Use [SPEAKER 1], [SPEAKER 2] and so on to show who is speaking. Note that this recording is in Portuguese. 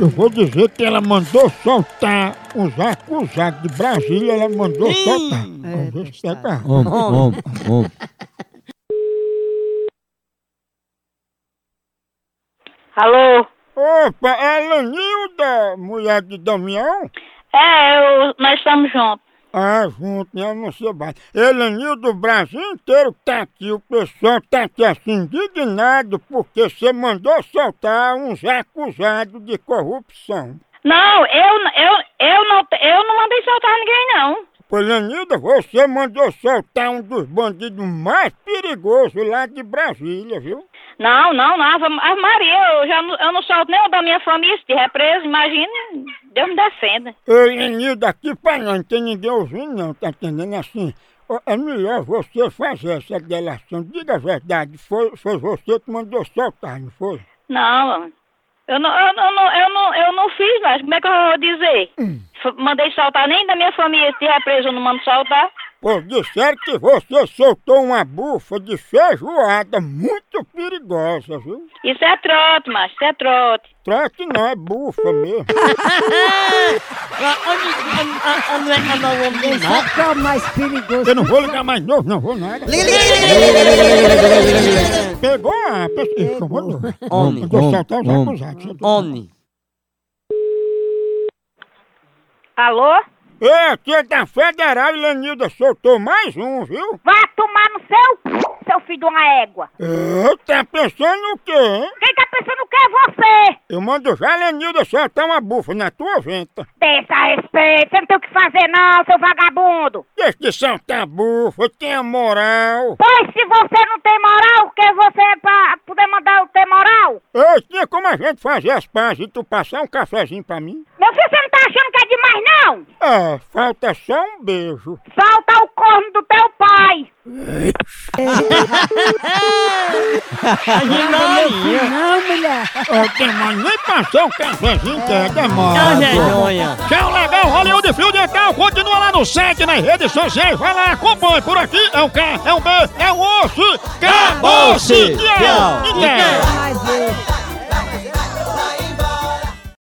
[SPEAKER 1] Eu vou dizer que ela mandou soltar os acusados de Brasília, ela mandou soltar. Vamos ver se é pega a
[SPEAKER 2] Om, om, om.
[SPEAKER 3] Alô?
[SPEAKER 1] Opa, é a Lanilda, mulher de Damião?
[SPEAKER 3] É, eu- nós estamos juntos.
[SPEAKER 1] Ah, junto, né? Eu não sei mais. Elenildo, o Brasil inteiro tá aqui, o pessoal tá aqui assim indignado porque você mandou soltar uns acusados de corrupção.
[SPEAKER 3] Não, eu, eu, eu, não, eu não mandei soltar ninguém, não.
[SPEAKER 1] Pô, Elenildo, você mandou soltar um dos bandidos mais perigosos lá de Brasília, viu?
[SPEAKER 3] Não, não, não. Ave- Ave Maria, eu, já, não- eu não solto nenhum da minha família se tiver preso, imagina. Deus me defenda.
[SPEAKER 1] Ei, Elenildo, aqui pra nós não tem ninguém ouvindo não, tá entendendo assim? ó, É melhor você fazer essa delação. Diga a verdade, foi, foi você que mandou soltar, não foi?
[SPEAKER 3] Não, eu não, eu, não- eu não, eu, não, eu não fiz, mas como é que eu vou dizer? F- Mandei soltar nem da minha família se tiver preso, eu não mando soltar.
[SPEAKER 1] Pô, disseram que você soltou uma bufa de feijoada muito perigosa, viu?
[SPEAKER 3] Isso é trote, macho, isso é trote.
[SPEAKER 1] Trote não, é bufa mesmo.
[SPEAKER 4] Qual mais perigoso? É.
[SPEAKER 1] Eu não vou ligar mais novo, não vou nada. Pegou a pessoa. Isso, vou não.
[SPEAKER 2] Homem,
[SPEAKER 1] Vou soltar os
[SPEAKER 2] homem,
[SPEAKER 1] acusados.
[SPEAKER 2] homem.
[SPEAKER 3] Alô?
[SPEAKER 1] Ei, aqui é da Federal e Lenilda soltou mais um, viu?
[SPEAKER 5] Vá tomar no seu, seu filho de uma égua.
[SPEAKER 1] Eu tá pensando o quê, hein?
[SPEAKER 5] Quem tá pensando que é você?
[SPEAKER 1] Eu mando já a Lenilda soltar uma bufa na tua venta.
[SPEAKER 5] Pensa a respeito, você não tem o que fazer não, seu vagabundo.
[SPEAKER 1] Deixa de soltar a bufa, tenha moral.
[SPEAKER 5] Pois se você não tem moral, que você é pra poder mandar eu ter moral?
[SPEAKER 1] Ei, tinha como a gente fazer as pazes e tu passar um cafezinho pra mim?
[SPEAKER 5] Meu filho, você não tá achando que é demais não?
[SPEAKER 1] É, falta só um beijo.
[SPEAKER 5] Solta o corno do teu pai.
[SPEAKER 4] Não, mulher.
[SPEAKER 1] Ó, tem mais nem passar um cafezinho que é demora.
[SPEAKER 2] Vergonha.
[SPEAKER 1] Quer um legal Hollywood Field então? Continua lá no site, nas redes sociais, vai lá, acompanhe por aqui. É um K, é um B, é um osso. Acabou-se!
[SPEAKER 2] Tchau.
[SPEAKER 1] Tchau!
[SPEAKER 4] Qual mais eu?